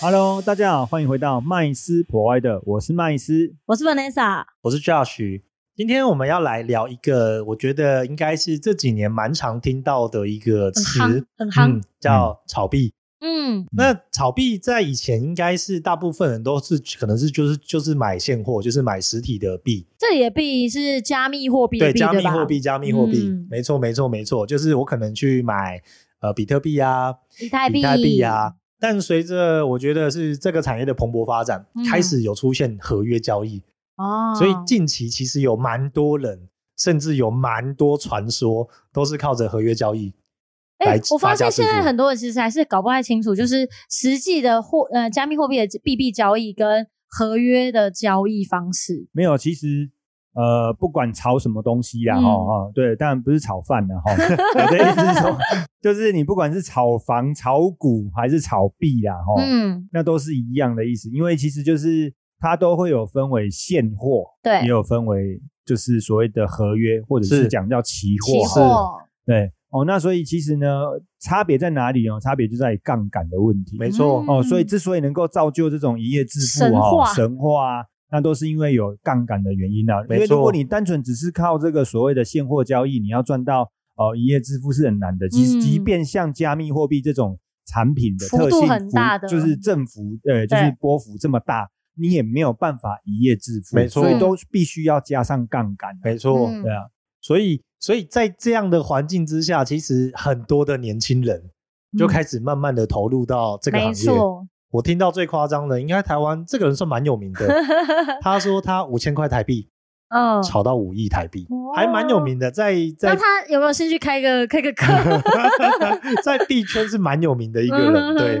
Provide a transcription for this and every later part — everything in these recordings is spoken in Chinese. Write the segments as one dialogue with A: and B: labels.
A: Hello，大家好，欢迎回到麦斯博歪的，我是麦斯。
B: 我是 Vanessa，
C: 我是 Josh。今天我们要来聊一个，我觉得应该是这几年蛮常听到的一个
B: 很
C: 词，嗯
B: 夯，很夯。，
C: 叫炒币。
B: 嗯，
C: 那炒币在以前应该是大部分人都是可能是就是就是买现货，就是买实体的币，
B: 这里的币是加密货币的
C: 对，
B: 币，
C: 加密
B: 对吧？
C: 货币，加密货币，
B: 嗯
C: 没错，没错，没错，就是我可能去买呃比特币啊，
B: 以太币，
C: 比特币啊。但随着我觉得是这个产业的蓬勃发展，
B: 嗯
C: 开始有出现合约交易，
B: 哦，
C: 所以近期其实有蛮多人，甚至有蛮多传说都是靠着合约交易。
B: 哎
C: 来，
B: 我发
C: 发家致
B: 现现在
C: 富
B: 很多人其实还是搞不太清楚，就是实际的货呃加密货币的币币交易跟合约的交易方式。
A: 没有，其实呃，不管炒什么东西啦，
B: 嗯
A: 哈、哦，对，当然不是炒饭啦，哈、 我的意思是说，就是你不管是炒房、炒股还是炒币啦，
C: 哦
A: 哈、
B: 嗯，
A: 那都是一样的意思，因为其实就是它都会有分为现货，也
B: 对，
A: 有分为就是所谓的合约，或者是
C: 是
A: 讲叫期
B: 期
A: 货，
B: 货，
A: 对。哦，那所以其实呢，差别在哪里哦？差别就在于杠杆的问题。
C: 没错，
A: 哦，所以
B: 嗯
A: 之所以能够造就这种一夜致富
B: 神
A: 哦
B: 话，
A: 神话啊，那都是因为有杠杆的原因啊。因
C: 没
A: 为如
C: 错
A: 果你单纯只是靠这个所谓的现货交易，你要赚到哦一夜致富是很难的。即
B: 嗯
A: 即便像加密货币这种产品的
B: 幅
A: 特
B: 度
A: 性
B: 很
A: 幅
B: 大的
A: 就是振幅呃就是
B: 对
A: 波幅这么大，你也没有办法一夜致富，
C: 没错
A: 所以都必须要加上杠杆。
C: 没错。
B: 嗯
A: 对啊，
C: 所以，所以在这样的环境之下，其实很多的年轻人就开始慢慢的投入到这个行
B: 嗯没
C: 业。
B: 错，。
C: 我听到最夸张的，应该台湾这个人算蛮有名的他说他五千块台币
B: 嗯，
C: 炒到五亿台币，
B: 哇
C: 还蛮有名的，在
B: 那
C: 在
B: 他有没有兴趣开个 开个课？
C: 在币圈是蛮有名的一个
B: 嗯
C: 人。对，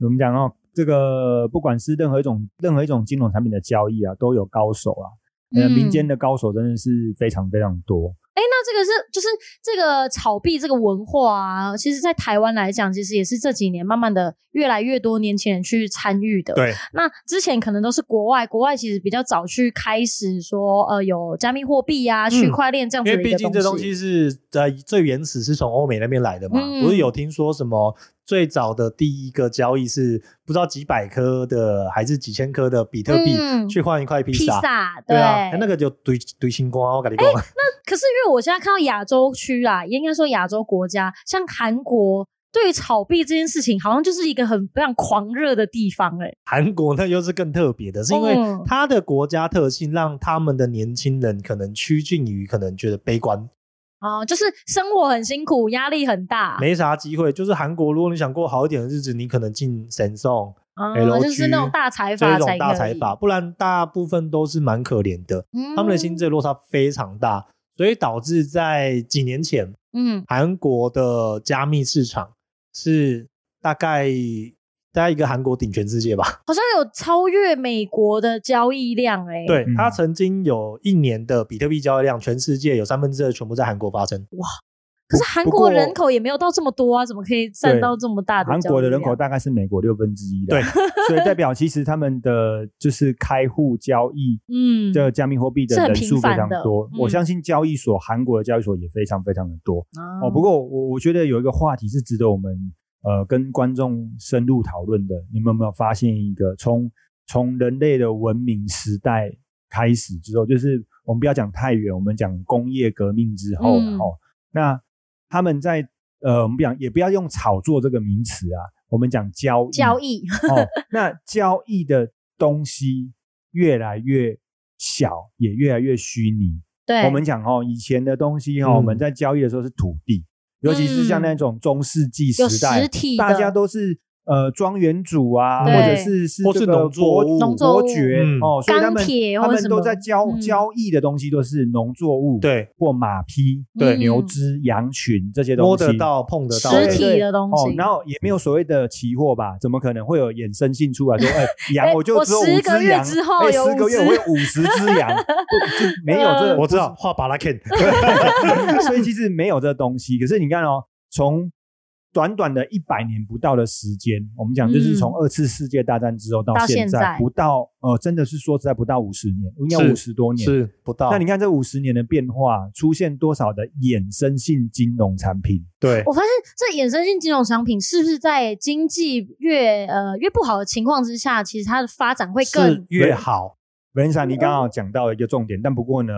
A: 我们讲哦，这个不管是任何一种任何一种金融产品的交易啊，都有高手啊。呃，
B: 嗯
A: 民间的高手真的是非常非常多。
B: 哎，那这个是就是这个炒币这个文化啊，其实在台湾来讲，其实也是这几年慢慢的越来越多年轻人去参与的。
C: 对，
B: 那之前可能都是国外，国外其实比较早去开始说，呃，有加密货币啊、区块链这样子
C: 嗯因
B: 的
C: 为毕
B: 一个
C: 竟这东西
B: 西。
C: 是呃最原始是从欧美那边来的嘛，
B: 嗯
C: 不是有听说什么最早的第一个交易是不知道几百颗的还是几千颗的比特币、
B: 嗯
C: 去换一块披
B: 披
C: 萨。
B: 萨，哎
C: 对啊，那
B: 个
C: 个就堆堆星光，我跟你讲，
B: 可是因为我现在看到亚洲区啊，也应该说亚洲国家，像韩国，对于炒币这件事情，好像就是一个很非常狂热的地方、欸，哎，
C: 韩国那又是更特别的，是因为
B: 嗯
C: 它的国家特性让他们的年轻人可能趋近于可能觉得悲观，
B: 哦，就是生活很辛苦，压力很大，
C: 没啥机会。就是韩国，如果你想过好一点的日子，你可能进神送
B: 啊，
C: LG
B: 就是那种大财
C: 这
B: 阀
C: 一
B: 才可
C: 种
B: 以
C: 大财阀，，不然大部分都是蛮可怜的。
B: 嗯
C: 他们的薪资的落差非常大，所以导致在几年前，
B: 嗯
C: 韩国的加密市场是大概大概一个韩国顶全世界吧。
B: 好像有超越美国的交易量、欸，哎，
C: 对
A: 嗯，
C: 它曾经有一年的比特币交易量，全世界有三分之二全部在韩国发生。
B: 可是韩
A: 不
B: 国
A: 过
B: 人口也没有到这么多啊，怎么可以占
A: 对
B: 到这么大的？
A: 韩国的人口，大概是美国六分之一的，
C: 对，
A: 所以代表其实他们的就是开户交易
B: 嗯，
A: 的加密货币的
B: 是很
A: 人
B: 频
A: 数非
B: 繁
A: 常
B: 的
A: 多
B: 嗯。
A: 我相信交易所，韩国的交易所也非常非常的多。
B: 哦
A: 哦，不过我我觉得有一个话题是值得我们呃跟观众深入讨论的。你们有没有发现一个从从人类的文明时代开始之后，就是我们不要讲太远，我们讲工业革命之后，
B: 嗯
A: 然后、那他们在呃，我们不讲也不要用炒作这个名词啊，我们讲交易
B: 交易，
A: 哦，那交易的东西越来越小，也越来越虚拟。
B: 对，
A: 我们讲哦，以前的东西哦，
C: 嗯
A: 我们在交易的时候是土地，尤其是像那种中世纪
B: 嗯有
A: 时代
B: 实，体的，
A: 大家都是呃庄园主啊，或者
B: 对
A: 是是
C: 或
A: 这
C: 是
A: 个
C: 农作
A: 伯
C: 物
B: 农作物
A: 伯爵
C: 嗯
A: 哦，所以他们
B: 钢铁
A: 他
B: 或者
A: 们
B: 什
A: 都
B: 么
A: 在交
B: 嗯
A: 交易的东西都是农作物，
C: 对，
A: 或马匹、
C: 对
B: 嗯
A: 牛只、羊群这些东西，
C: 摸得到、碰得到，
B: 实
A: 对
B: 体
A: 对
B: 的东
A: 哦
B: 西，
A: 然后也没有所谓的期货吧？怎么可能会有衍生性出来说， 哎，羊
B: 哎
A: 我就
B: 我
A: 只有五
B: 10
A: 只
B: 个月
A: 羊，
B: 之后
A: 哎，
B: 有
A: 十个
B: 50
A: 月我有五十只羊， 不就没有这个
B: 嗯
C: 我知道，画巴拉 Ken，
A: 所以其实没有这东西。可是你看哦，从短短的一百年不到的时间，我们讲就是
B: 嗯
A: 从二次世界大战之后到
B: 到
A: 现
B: 现在
A: 不到呃，真的是说实在不到五十年，应该
C: 是
A: 五十多年。
C: 是不到
A: 那，你看这五十年的变化，出现多少的衍生性金融产品？
C: 对，
B: 我发现这衍生性金融商品是不是在经济越呃越不好的情况之下，其实它的发展会
C: 是
B: 更
C: 越好，
A: ，Vanessa，你刚好讲到了一个重点，但不过呢，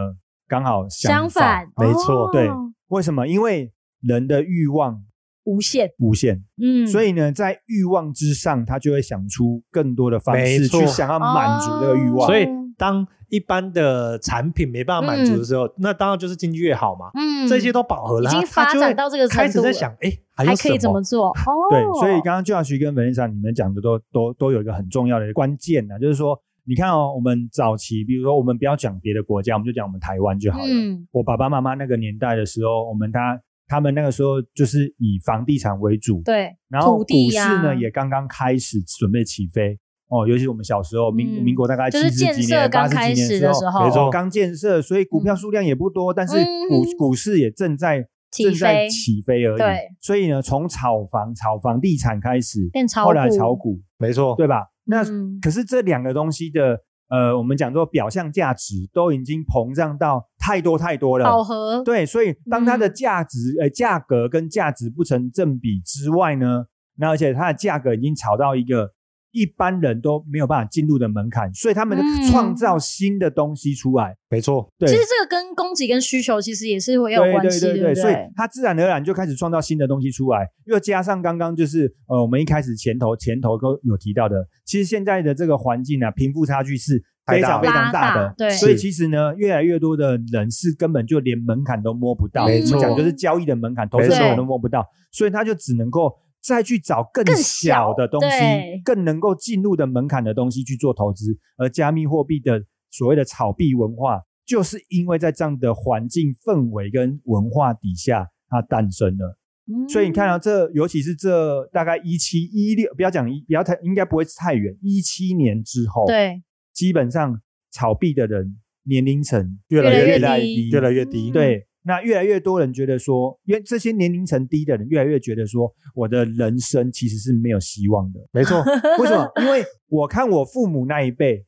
A: 刚好
B: 相
A: 反
B: 反，。
C: 没错
B: 哦
A: 对为什么？因为人的欲望
B: 无限，
A: 无限，
B: 嗯，
A: 所
B: 以
A: 以呢，在欲望之上，他就会想出更多的方
C: 没
A: 式
C: 错
A: 去想要满足这个欲望。
B: 哦
C: 所以当一般的产品没办法满足的时候，那当然就是经济越好嘛，
B: 嗯，
C: 这些都饱和
B: 已
C: 了，
B: 经
C: 它
B: 发
C: 它就会
B: 展到这个程度
C: 开始在
B: 了
C: 想，哎，还有
B: 还可以
C: 什
B: 怎么做？哦，
A: 对，所以刚刚 Josh 跟 Vanessa 你们讲的都都都有一个很重要的关键呢、就是说，你看哦，我们早期，比如说我们不要讲别的国家，我们就讲我们台湾就好了。
B: 嗯
A: 我爸爸妈妈那个年代的时候，我们他他们那个时候就是以房地产为主，
B: 对，
A: 然后
B: 土
A: 股
B: 地
A: 市
B: 呀
A: 呢、也刚刚开始准备起飞哦，尤其我们小时候，民、
B: 嗯
A: 民国大概
B: 就
A: 七
B: 是
A: 十几
B: 建设
A: 年、八
B: 刚
A: 十
B: 开
A: 几年
B: 始的时候
A: 没错，刚建设，所以股票数量也不多，但是股、
B: 嗯
A: 股市也正在
B: 起
A: 正在
B: 飞
A: 起飞而已。
B: 对，
A: 所以呢，从炒房、炒房地产开始，
B: 变炒
A: 后来
B: 股
A: 炒股，
C: 没错，
A: 对吧？那、
B: 嗯
A: 可是这两个东西的。呃，我们讲说表象价值都已经膨胀到太多太多了，
B: 饱和，
A: 对，所以当它的
B: 嗯
A: 价值、呃价格跟价值不成正比之外呢，那而且它的价格已经炒到一个一般人都没有办法进入的门槛，所以他们
B: 嗯
A: 创造新的东西出来。
C: 没错，
A: 对
B: 其实这个跟供给跟需求其实也是会有
A: 对
B: 关
A: 对
B: 系，
A: 对
B: 不
A: 所以它自然而然就开始创造新的东西出来，又加上刚刚就是呃，我们一开始前头前头都有提到的，其实现在的这个环境啊，贫富差距是非常非
C: 太大了
A: 常大的
B: 拉大，对
A: 所以
C: 是
A: 其实呢，越来越多的人是根本就连门槛都摸不到，
B: 没
A: 我们讲
B: 错
A: 就是交易的门槛、投资
C: 没
A: 门槛
B: 错
A: 都摸不到，所以他就只能够。再去找更
B: 更
A: 小
B: 小
A: 的东西
B: 对，
A: 更能够进入的门槛的东西去做投资，而加密货币的所谓的炒币文化，就是因为在这样的环境氛围跟文化底下，它诞生了。
B: 嗯
A: 所以你看到、这，尤其是这大概一七一六，不要讲一，不要太，应该不会太远，一七年之后，，
B: 对，
A: 基本上炒币的人年龄层
C: 越来
B: 越
C: 越
A: 来
B: 低
A: 低，
C: 越来越低，
B: 嗯
A: 对，那越来越多人觉得说，因为这些年龄层低的人越来越觉得说，我的人生其实是没有希望的。
C: 没 错，
A: 为什么？因为我看我父母那一辈，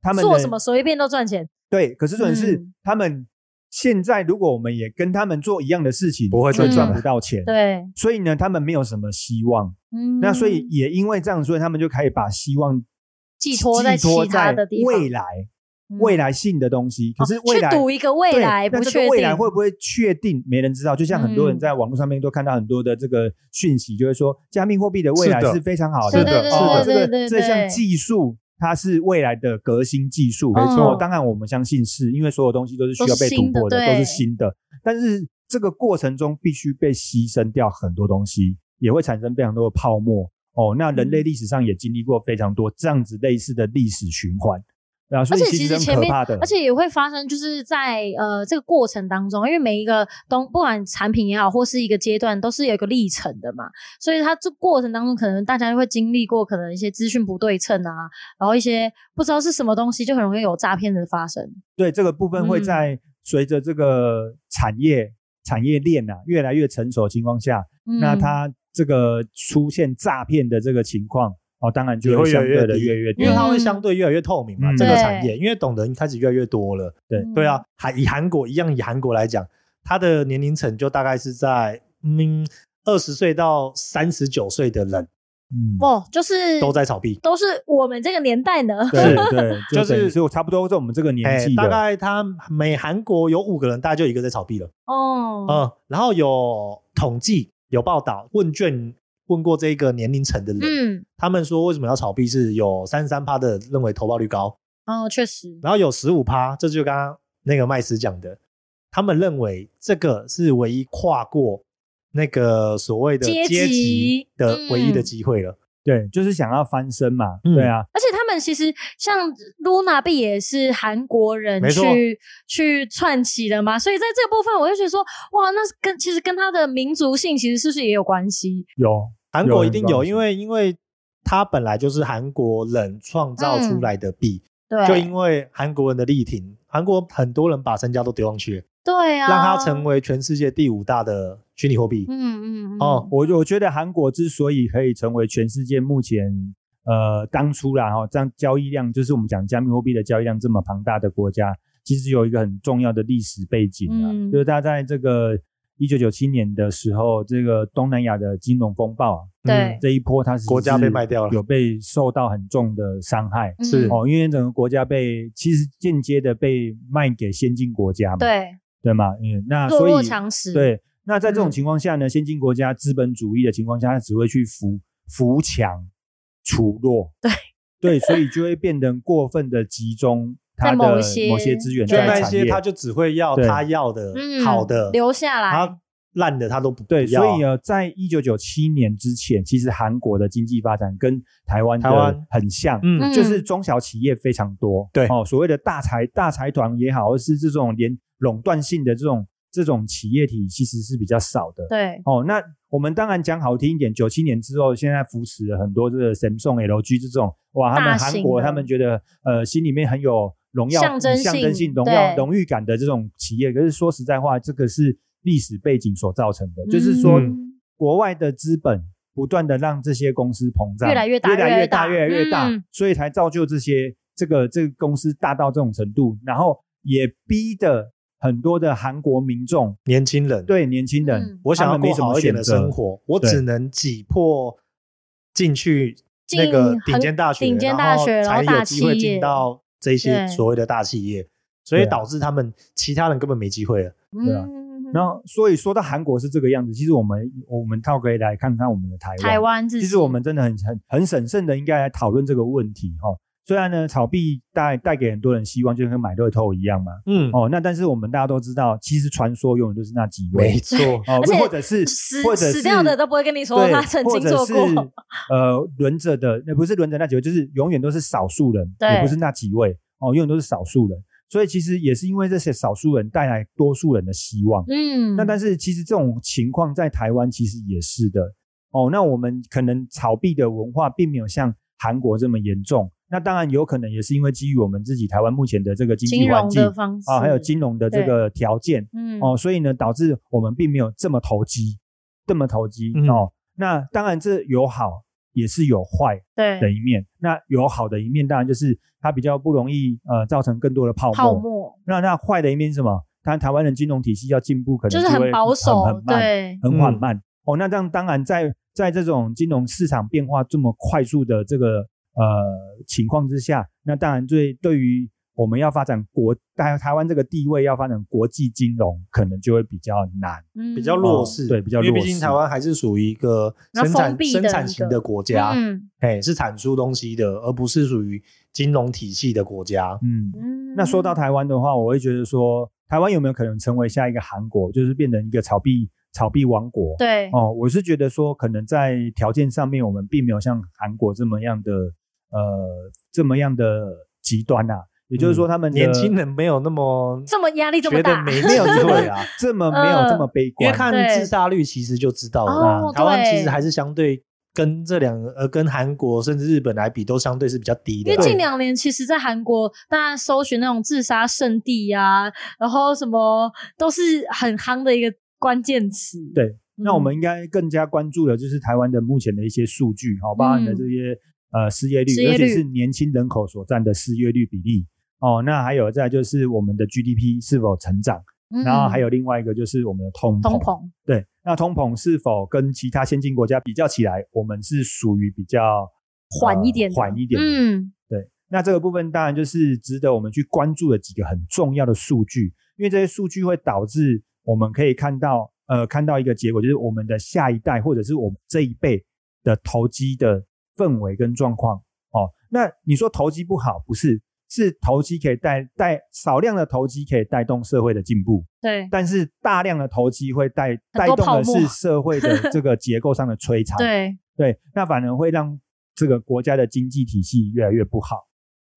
A: 他们
B: 做
A: 的
B: 什么随便都赚钱，
A: 对，可是重点是、
B: 嗯
A: 他们现在如果我们也跟他们做一样的事情，
C: 不会
A: 就
B: 赚
A: 赚
B: 钱
A: 不到钱。
B: 嗯对，
A: 所以呢，他们没有什么希望。
B: 嗯，
A: 那所以也因为这样，所以他们就可以把希望
B: 寄托在
A: 寄托
B: 其他
A: 在
B: 的地方
A: 未来、未来性的东西。可是
B: 哦
A: 未来
B: 嗯去赌一个未
A: 对
B: 来
A: 那
B: 不
A: 这
B: 确
A: 个
B: 定，
A: 未来会不会确定？没人知道。就像很多人
B: 嗯
A: 在网络上面都看到很多的这个讯息，就会说加密货币的未来
C: 是的
A: 是非常好
C: 是的
A: 哦
C: 是的
A: 这个
B: 对对
A: 这
B: 对
A: 项技术。它是未来的革新技术，
B: 没错
A: 哦当然，我们相信是因为所有东西都是需
B: 都
A: 要
B: 是
A: 被突
B: 新的
A: 破的，
B: 对
A: 都是新的。但是这个过程中必须被牺牲掉很多东西，也会产生非常多的泡沫。哦，那人
B: 嗯
A: 类历史上也经历过非常多这样子类似的历史循环，然后所
B: 而
A: 以
B: 且
A: 其
B: 其
A: 实
B: 实
A: 很
B: 前
A: 可
B: 面
A: 怕的，
B: 而且也会发生，就是在呃这个过程当中，因为每一个东不管产品也好，或是一个阶段，都是有一个历程的嘛，所以它这过程当中，可能大家会经历过可能一些资讯不对称啊，然后一些不知道是什么东西，就很容易有诈骗的发生。
A: 对这个部分会
B: 嗯
A: 在随着这个产业、产业链啊越来越成熟的情况下，
B: 嗯、
A: 那它这个出现诈骗的这个情况哦，当然就
C: 也会越
A: 相
C: 来
A: 对的
C: 低
A: 越来越低
C: 因为。它会相对越来越透明嘛，
A: 嗯
C: 这个
B: 嗯对
C: 产业，因为懂得人开始越来越多了。
B: 嗯
C: 对啊，，韩以韩国一样，以韩国来讲，它的年龄层就大概是在嗯二十岁到三十九岁的人
A: 嗯，
B: 哦，就是
C: 都在炒币，
B: 都是我们这个年代呢，
A: 对 对，就
C: 就是是
A: 就差不多在我们这个年
C: 哎
A: 纪，
C: 大
A: 的，
C: 概他每韩国有五个人，大概就一个在炒币了。
B: 哦，
C: 嗯，然后有统计有报道问卷问过这个年龄层的人，
B: 嗯，
C: 他们说为什么要炒币是有三十三趴的认为投报率高，
B: 哦，确实，
C: 然后有十五趴，这就刚刚那个麦斯讲的，他们认为这个是唯一跨过那个所谓的
B: 阶
C: 阶级
B: 级
C: 的
B: 嗯
C: 唯一的机会了。
A: 对，就是想要翻身嘛，
C: 嗯
A: 对啊，
B: 而且他们其实像 Luna B 也是韩国人
C: 没错
B: 去去串起的嘛，所以在这个部分我就觉得说，哇，那是跟其实跟他的民族性其实是不是也有关系？
A: 有
C: 韩国一定
A: 有
C: 有，
A: 很
C: 因为因为它本来就是韩国人创造出来的币，
B: 嗯对，
C: 就因为韩国人的力挺，韩国很多人把身家都丢上去，
B: 对啊，
C: 让它成为全世界第五大的虚拟货币。
B: 嗯嗯嗯
C: 哦
A: 我我觉得韩国之所以可以成为全世界目前呃当初啦哈、这样交易量就是我们讲加密货币的交易量这么庞大的国家，其实有一个很重要的历史背景啊，
B: 嗯
A: 就是它在这个一九九七年的时候，这个东南亚的金融风暴啊，
B: 对
A: 这一波它是
C: 国家被卖掉了
A: 有被受到很重的伤害。
B: 嗯
C: 是
A: 哦，因为整个国家被其实间接的被卖给先进国家嘛，
B: 对
A: 对吗？嗯，那
B: 弱
A: 所以
B: 肉强食，
A: 对，那在这种
B: 嗯
A: 情况下呢，先进国家资本主义的情况下，它只会去扶扶强除弱，
B: 对
A: 对，所以就会变得过分的集中它
B: 在
A: 的
B: 某些
A: 某些资源
C: 就
B: 对
C: 那
A: 在
C: 一
A: 产
C: 些，
A: 业，
C: 他就只会要
A: 对
C: 他要的
B: 嗯，
C: 好的，
B: 留下来，
C: 他烂的他都不
A: 对，
C: 不要
A: 所以呢，啊哦在一九九七年之前，其实韩国的经济发展跟台湾
C: 台湾
A: 的很像，
C: 嗯
B: 嗯
A: 就是中小企业非常多，
C: 对
A: 哦，所谓的大财大财团也好，或是这种连垄断性的这种这种企业体，其实是比较少的。
B: 对，
A: 哦，那我们当然讲好听一点，九七年之后，现在扶持了很多这个 Samsung、LG 这种，哇，他
B: 大
A: 们
B: 型
A: 韩国
B: 的
A: 他们觉得呃心里面很有荣耀、
B: 象征
A: 象征
B: 性
A: 性、荣耀、
B: 对
A: 荣誉感的这种企业。可是说实在话，这个是历史背景所造成的，就是说
C: 嗯
A: 国外的资本不断的让这些公司膨胀，
B: 越来越大
A: 越来
B: 越来
A: 越
B: 越
A: 大，
B: 大
A: 越来越大，
B: 嗯
A: 所以才造就这些这个这个公司大到这种程度，然后也逼的很多的韩国民众
C: 年轻人，
A: 对年轻人，
B: 嗯
C: 我想
A: 他
C: 要
A: 们
C: 过
A: 没什么
C: 好一点的
A: 选择
C: 生活，我
A: 对
C: 只能挤破进去
B: 进
C: 那个顶
B: 很
C: 尖大学，
B: 顶尖大学
C: 然
B: 然后
C: 后才有
B: 大
C: 机会
B: 企业
C: 进到这些
B: 对
C: 所谓的大企业，所
A: 对
C: 以
A: 啊
C: 导致他们其他人根本没机会了。
A: 对啊
B: 嗯
A: 然后，所以说到韩国是这个样子，其实我们我们套可以来看看我们的台湾。
B: 台湾自
A: 其
B: 己，
A: 实我们真的很很很审慎的应该来讨论这个问题哈、哦。虽然呢，炒币带带给很多人希望，就跟买乐透一样嘛。
C: 嗯，
A: 哦，那但是我们大家都知道，其实传说永远就是那几
C: 没
A: 位
C: 错，
A: 哦
B: 而且，
A: 或者是
B: 死
A: 或者是
B: 死掉的都不会跟你说
A: 对
B: 他曾
A: 或
B: 经
A: 者
B: 做
A: 是
B: 过，
A: 呃，轮着的那不是轮着那几位，就是永远都是少数人，
B: 对
A: 也不是那几位哦，永远都是少数人。所以其实也是因为这些少数人带来多数人的希望。
B: 嗯，
A: 那但是其实这种情况在台湾其实也是的哦。那我们可能炒币的文化并没有像韩国这么严重。那当然有可能也是因为基于我们自己台湾目前的这个经
B: 金
A: 济环
B: 融
A: 境
B: 的方式
A: 啊，还有金融的这
B: 对
A: 个条件
B: 嗯
A: 哦，所以呢导致我们并没有这么投机，这么投机
C: 嗯
A: 哦。那当然这有好也是有坏
B: 对
A: 的一面。那有好的一面当然就是它比较不容易呃造成更多的泡
B: 泡沫
A: 那那坏的一面是什么？当然，台湾的金融体系要进步，可能
B: 就是
A: 就会
B: 很保守，
A: 很很慢，
B: 对，
A: 很缓慢。哦，那这样当然在在这种金融市场变化这么快速的这个呃情况之下，那当然对对于我们要发展国台台湾这个地位要发展国际金融，可能就会比较难。
B: 嗯
C: 比较弱势，
A: 哦对比较
C: 因为
A: 弱
C: 毕竟
A: 势
C: 台湾还是属于一个
B: 然后
C: 生
B: 封
C: 产
B: 闭的
C: 生产
B: 一
C: 型
B: 个
C: 的国家，
B: 嗯
C: 哎，是产出东西的，而不是属于金融体系的国家。
A: 嗯，
B: 嗯
A: 那说到台湾的话，我会觉得说，台湾有没有可能成为下一个韩国，就是变成一个炒币炒币王国？
B: 对，
A: 哦，我是觉得说，可能在条件上面，我们并没有像韩国这么样的呃这么样的极端呐、也就是说，他嗯们的
C: 嗯年轻人没有那么
B: 这么压力这么
C: 觉得
B: 大，
C: 没
A: 没有
C: 机
A: 这
C: 会
A: 么
C: 啊，
A: 这么没有这
B: 呃
A: 么悲
C: 因
A: 观，
C: 为看
B: 对
C: 自杀率其实就知道了啦
B: 哦。
C: 台湾
B: 对
C: 其实还是相对跟这两个呃跟韩国甚至日本来比，都相对是比较低的
B: 因为
C: 啦。
B: 近两年，其实，在韩国，大家搜寻那种自杀圣地啊，然后什么都是很夯的一个关键词。
A: 对
B: 嗯，
A: 那我们应该更加关注的就是台湾的目前的一些数据，好、包含的这些、呃失业率，
B: 嗯失业
A: 尤
B: 率
A: 其是年轻人口所占的失业率比例。哦，那还有再就是我们的 GDP 是否成长，
B: 嗯
A: 然后还有呃另外一个就是我们的通
B: 通
A: 膨。
B: 膨，
A: 对，那通膨是否跟其他先进国家比较起来，我们是属于比较
B: 缓一点
A: 呃
B: 的
A: 缓一点的。
B: 嗯，
A: 那这个部分当然就是值得我们去关注的几个很重要的数据，因为这些数据会导致我们可以看到，呃，看到一个结果，就是我们的下一代或者是我们这一辈的投机的氛围跟状况。哦，那你说投机不好，不是？是投机可以带带少量的投机可以带动社会的进步，
B: 对
A: 但是大量的投机会带带
B: 多
A: 动
B: 泡
A: 的
B: 沫
A: 是社会的这个结构上的摧残。
B: 对，
A: 对，那反而会让这个国家的经济体系越来越不好。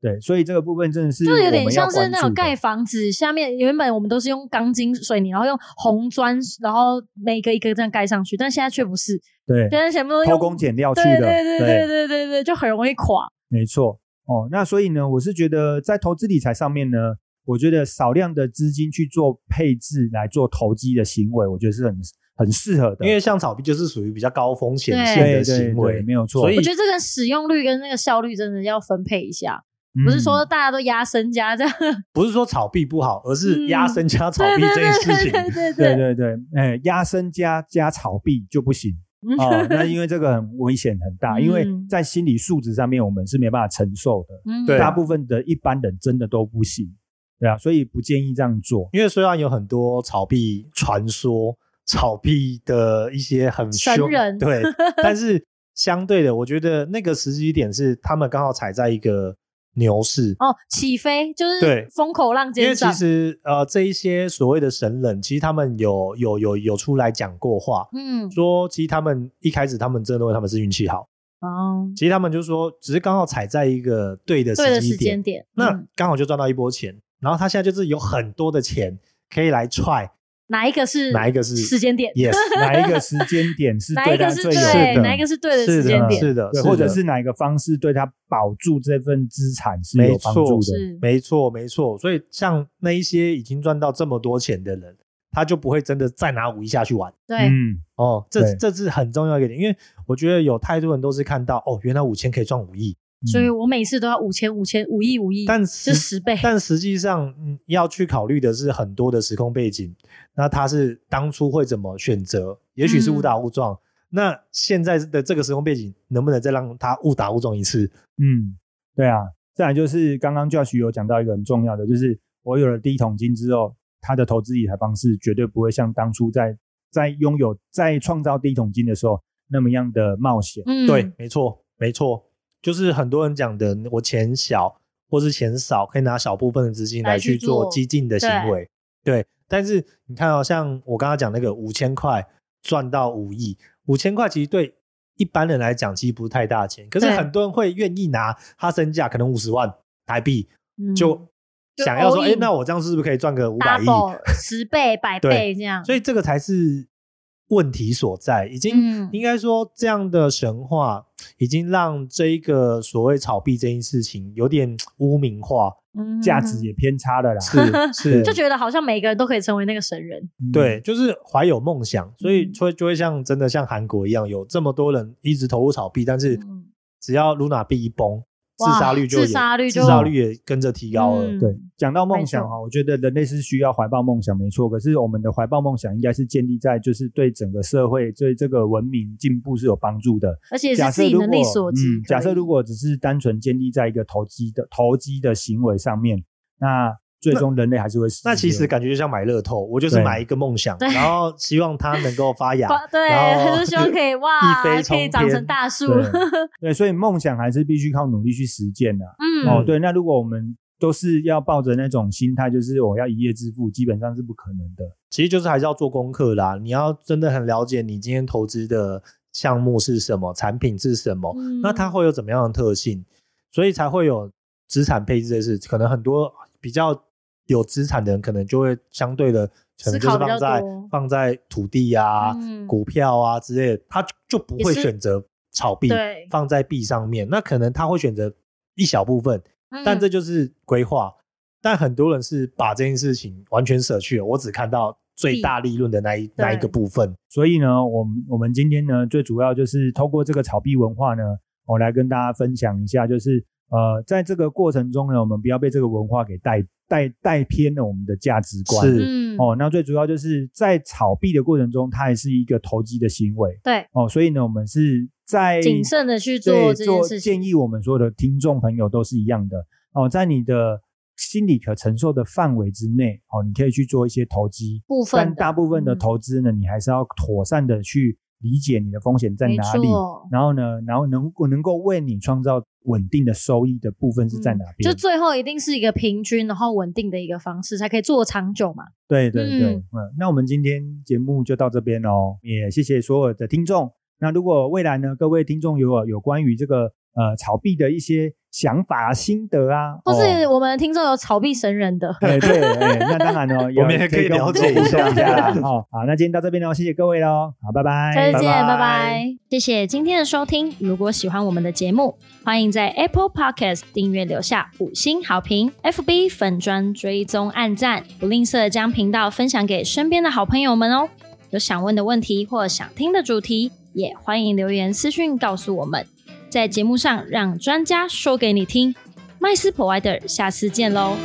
A: 对，所以这个部分真的是
B: 就有
A: 我
B: 点
A: 们要
B: 像是
A: 关
B: 那
A: 注
B: 种
A: 的
B: 盖房子，下面原本我们都是用钢筋水泥，然后用红砖，然后每一个一个这样盖上去，但现在却不是，
A: 对
B: 现在全部都
A: 偷
B: 用
A: 工减料去
B: 对
A: 的，
B: 对对对对对对，就很容易垮。
A: 没错哦。那所以呢，我是觉得在投资理财上面呢，我觉得少量的资金去做配置来做投机的行为，我觉得是很很适合的，
C: 因为像炒币就是属于比较高风险
B: 对
C: 性
A: 对
C: 的
A: 对
C: 行
A: 对，
C: 为，
A: 没有错。
C: 所以
B: 我觉得这个使用率跟那个效率真的要分配一下，不是
C: 嗯
B: 说大家都压身家这样。
C: 不是说炒币不好，而是压身加炒
B: 嗯对
C: 币
B: 对
C: 这件事
B: 对
C: 情。
B: 对对
A: 对
B: 对
A: 对
B: 对，
A: 对，哎，压身加加炒币就不 行
B: 嗯
A: 啊、
C: 哦
A: 那因为这个很危险很大，因为
B: 嗯
A: 在心理素质上面我们是没办法承受的，
B: 嗯
C: 对
A: 大部分的一般人真的都不行，对啊，所以不建议这样做。
C: 因为虽然有很多炒币传说、炒币的一些很
B: 神
C: 凶
B: 人
C: 对，但是相对的，我觉得那个时机点是他们刚好踩在一个牛市，
B: 哦，起飞就是
C: 对
B: 风口浪
C: 因为
B: 尖
C: 其
B: 上。
C: 实呃，这一些所谓的神人，其实他们有有有有出来讲过话，
B: 嗯，
C: 说其实他们一开始他们真的认为他们是运气好，
B: 哦，
C: 其实他们就说只是刚好踩在一个对的
B: 对的
C: 时
B: 时
C: 机点
B: 间，点，
C: 那
B: 嗯
C: 刚好就赚到一波钱，然后他现在就是有很多的钱可以来踹
B: 哪一个是
C: 哪一个是
B: 时间点？
C: ，yes，
A: 哪一个时间点是
B: 哪一
A: 对
B: 个
A: 他
B: 是
A: 最有
B: 对，
C: 的啊
B: 哪一个是对的
C: 是
B: 时
C: 的啊
B: 间点？
C: 是的，
A: 对，
C: 的
A: 或者是哪一个方式对他保住这份资产是
C: 没
A: 有帮助
C: 错
A: 的。
B: 是
C: 没错没错。所以像那一些已经赚到这么多钱的人，他就不会真的再拿五一下去玩
B: 对，
A: 嗯，
C: 哦。这
A: 对
C: 这是很重要一个点，因为我觉得有太多人都是看到哦，原来五千可以赚五亿，
B: 所以我每次都要五千、五千、五亿、五亿，
C: 但
B: 就是十倍。
C: 但实际上，嗯，要去考虑的是很多的时空背景，那他是当初会怎么选择？也许是
B: 嗯
C: 误打误撞。那现在的这个时空背景，能不能再让他误打误撞一次？
A: 嗯，对啊。再来就是刚刚 Josh 有讲到一个很重要的，就是我有了第一桶金之后，他的投资理财方式绝对不会像当初在在拥有在创造第一桶金的时候那么样的冒险。
B: 嗯，
C: 对，没错，没错，就是很多人讲的，我钱小或是钱少，可以拿小部分的资金
B: 来
C: 来
B: 去
C: 去做
B: 做
C: 激进的行
B: 对
C: 为。对，但是你看哦，像我刚刚讲那个五千块赚到五亿，五千块其实对一般人来讲其实不是太大的钱，可是
B: 对
C: 很多人会愿意拿他身价可能五十万台币，
B: 嗯
C: 就
B: 就
C: 想要说，
B: all
C: 哎、
B: in
C: 那我这样是不是可以赚个五百亿？
B: double 十倍、百倍
C: 对
B: 这样。
C: 所以这个才是问题所在。已经、
B: 嗯
C: 应该说，这样的神话已经让这一个所谓炒币这件事情有点污名 化，
B: 嗯
A: 价值也偏差的啦，
C: 是是
B: 就，觉得好像每个人都可以成为那个神人。
A: 嗯
C: 对，就是怀有梦想，所以
B: 嗯
C: 就会就会像真的像韩国一样，有这么多人一直投入炒币，但是
B: 嗯
C: 只要卢娜币一崩，自
B: 哇
C: 杀率就
B: 自
C: 也
B: 杀率就
C: 自杀率也跟着提高了。
B: 嗯
A: 对。讲到梦想哦
B: 没
A: 哈，我觉得人类是需要怀抱梦想，没错。可是我们的怀抱梦想应该是建立在就是对整个社会、对这个文明进步是有帮助的。
B: 而且
A: 假
B: 是自
A: 设
B: 己
A: 如果
B: 能力所及
A: 嗯。假
B: 可
A: 设
B: 以
A: 如果只是单纯建立在一个投机的投机的行为上面，那最终人类还是会死
C: 那其实感觉就像买乐透，我就是
A: 对
C: 买一个梦想，
B: 对
C: 然后希望它能够发 芽，
B: 发对，
C: 然后
B: 就希望可以哇，
C: 一飞
B: 可
C: 冲
B: 以长成
C: 天
B: 大树。
A: 对对，所以梦想还是必须靠努力去实践的、
B: 嗯，
A: 哦，对，那如果我们都是要抱着那种心态，就是我要一夜致富，基本上是不可能的。
C: 其实就是还是要做功课啦。你要真的很了解你今天投资的项目是什么，产品是什么，
B: 嗯
C: 那它会有怎么样的特性，所以才会有资产配置这事。可能很多比较有资产的人，可能就会相对的，可能就
B: 思
C: 是
B: 考比较
C: 放在
B: 多
C: 放在土地啊、
B: 嗯
C: 股票啊之类的，他就就不
B: 也
C: 会
B: 是
C: 选择炒币
B: 对，
C: 放在币上面。那可能他会选择一小部分，但
B: 嗯
C: 这就是规划。但很多人是把这件事情完全舍去了，我只看到最大利润的那一那一个部分。
A: 所以呢，我们我们今天呢，最主要就是透过这个炒币文化呢，我、来跟大家分享一下，就是呃，在这个过程中呢，我们不要被这个文化给带带带偏了我们的价值观。
C: 是
B: 嗯
A: 哦，那最主要就是在炒币的过程中，它也是一个投机的行为
B: 对，
A: 哦，所以呢，我们是在
B: 谨慎的去做
A: 对
B: 这
A: 做
B: 件事情。
A: 建议我们所有的听众朋友都是一样的哦，在你的心理可承受的范围之内哦，你可以去做一些投机，
B: 部分
A: 但大部分的
B: 嗯
A: 投资呢，你还是要妥善的去理解你的风险在哪里
B: 没，错
A: 然后呢，然后能能够为你创造稳定的收益的部分是在
B: 嗯
A: 哪
B: 就
A: 边？
B: 最后一定是一个平均，然后稳定的一个方式，才可以做长久嘛。
A: 对对对，
B: 嗯
A: 嗯，那我们今天节目就到这边喽，也谢谢所有的听众。那如果未来呢，各位听众有有关于这个呃炒币的一些想法啊、心得啊，
B: 或是
A: 哦
B: 我们听众有炒币神人的，
A: 哎对，哎那当然 哦，
C: 我们也可以
A: 跟
C: 了
A: 们
C: 解一
A: 分享
C: 下
A: 一下啦。哦，好，那今天到这边喽，谢谢各位喽，好，拜拜，
B: 再见，
C: 拜
B: 拜
C: 拜
B: 拜。谢谢今天的收听。如果喜欢我们的节目，欢迎在 Apple Podcast 订阅留下五星好评，FB 粉砖追踪按赞，不吝啬将频道分享给身边的好朋友们哦。有想问的问题或想听的主题，也欢迎留言私讯告诉我们，在节目上让专家说给你听。麦斯 Provider，下次见喽，